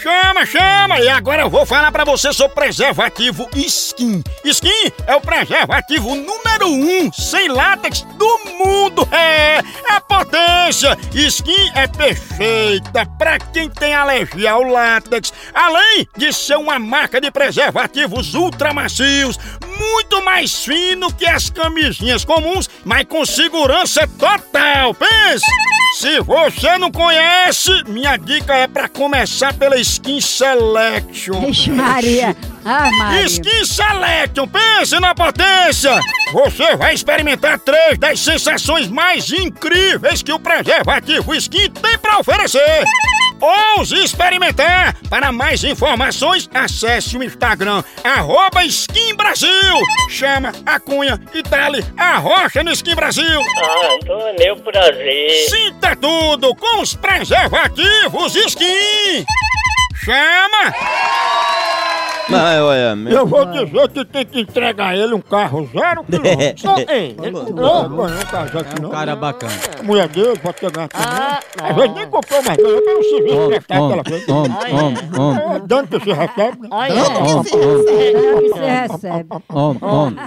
Chama, chama! E agora eu vou falar pra você sobre preservativo Skin. Skin é o preservativo número um sem látex do mundo. É, é potência. Skin é perfeita pra quem tem alergia ao látex. Além de ser uma marca de preservativos ultramacios, muito mais fino que as camisinhas comuns, mas com segurança total. Pense! Se você não conhece, minha dica é pra começar pela Skin Selection. Ixi, Maria! Ah, Maria! Skin Selection, pense na potência! Você vai experimentar três das sensações mais incríveis que o preservativo Skin tem pra oferecer. Ouse experimentar! Para mais informações, acesse o Instagram, arroba Skin Brasil. Chama, acunha e tele a rocha no Skin Brasil. Ah, do meu prazer. Sinta tudo com os preservativos Skin. Chama! Mas olha, meu. Eu vou dizer que tem que entregar ele um carro zero quilômetro. Só tem. Ele comprou, ganhou um carro zero quilômetro. Cara bacana. A mulher dele pode ter ganho também. Às vezes nem comprou mais, ganhou pelo serviço que Homem, ela fez. homem, homem, homem, É, Dando que se recebe, né? homem, É o que você recebe. homem, homem.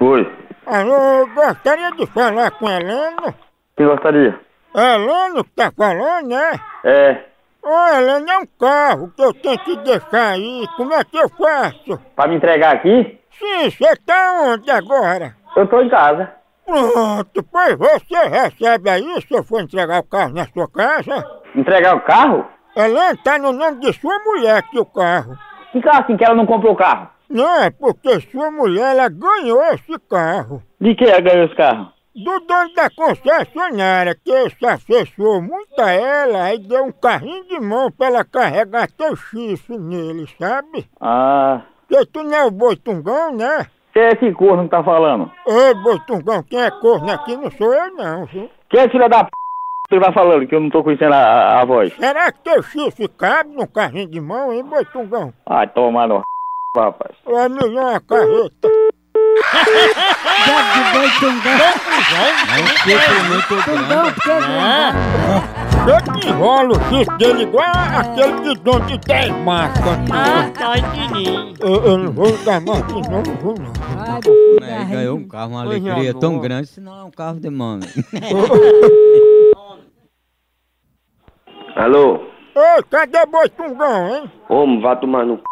Oi, Alô, gostaria de falar com Helena. quem gostaria? É Helena que tá falando, né? É, Ô, Helena, é um carro que eu tenho que deixar aí. Como é que eu faço? pra me entregar aqui, Sim, você tá onde agora? eu tô em casa. Pronto, pois você recebe aí se eu for entregar o carro na sua casa. Entregar o carro? Helena tá no nome de sua mulher aqui o carro. Que carro assim que ela não comprou o carro? Não, é porque sua mulher, ela ganhou esse carro. De que ela ganhou esse carro? Do dono da concessionária, que se afeiçoou muito a ela, aí deu um carrinho de mão pra ela carregar teu chifre nele, sabe? Ah, Porque tu não é o boitungão, né? quem é esse corno que tá falando? Ô, boitungão, quem é corno aqui não sou eu não, viu? Quem é filha da p que tá falando que eu não tô conhecendo a, a- a voz? Será que teu chifre cabe num carrinho de mão, hein, boitungão? Ai, toma no rapaz. Ou é melhor uma carreta? Deve de boi tungão. Tungão, porque é Eu que enrolo o chifre dele igual aquele que dono de 10 marcas. Ah, tá entendi. Eu, eu não vou dar mais que não, não vou não. É, ele ganhou um carro, uma alegria tão grande, senão é um carro de mano. Alô? Ô, cadê boitungão, hein? Homem, vá tomar no c...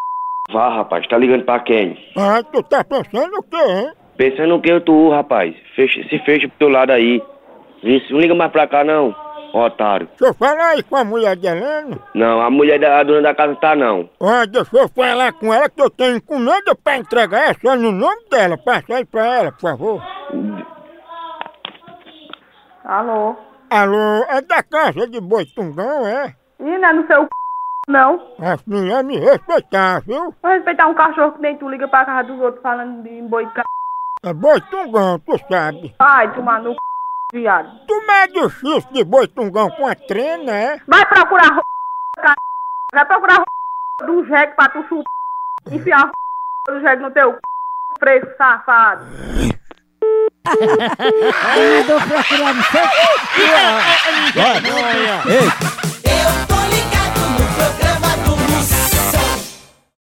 Vá, rapaz. Tá ligando pra quem? Ah, tu tá pensando o quê, hein? Pensando que eu tô, rapaz. Fecha, se fecha pro teu lado aí. Isso, não liga mais pra cá, não. Otário. Deixa eu falar aí com a mulher de Helena. Não, a mulher da a dona da casa tá, não. Ó, deixa eu falar com ela que eu tenho encomenda pra entregar, é só no nome dela. Passa aí pra ela, por favor. Alô? Alô, é da casa de Boitungão, é? Ih, não é no seu c... não. As mulheres me respeitar, viu? Vou respeitar um cachorro que nem tu liga pra casa dos outros falando de boi de c... É Boitungão, tu sabe. Vai tomar no c... viado. Tu mede o chifre de Boitungão com a trena, é? Vai procurar ro... c... Vai procurar ro... do jegue pra tu chupar. Enfiar ro... do jegue no teu c... preso safado. Mandou procurar no seu Ei,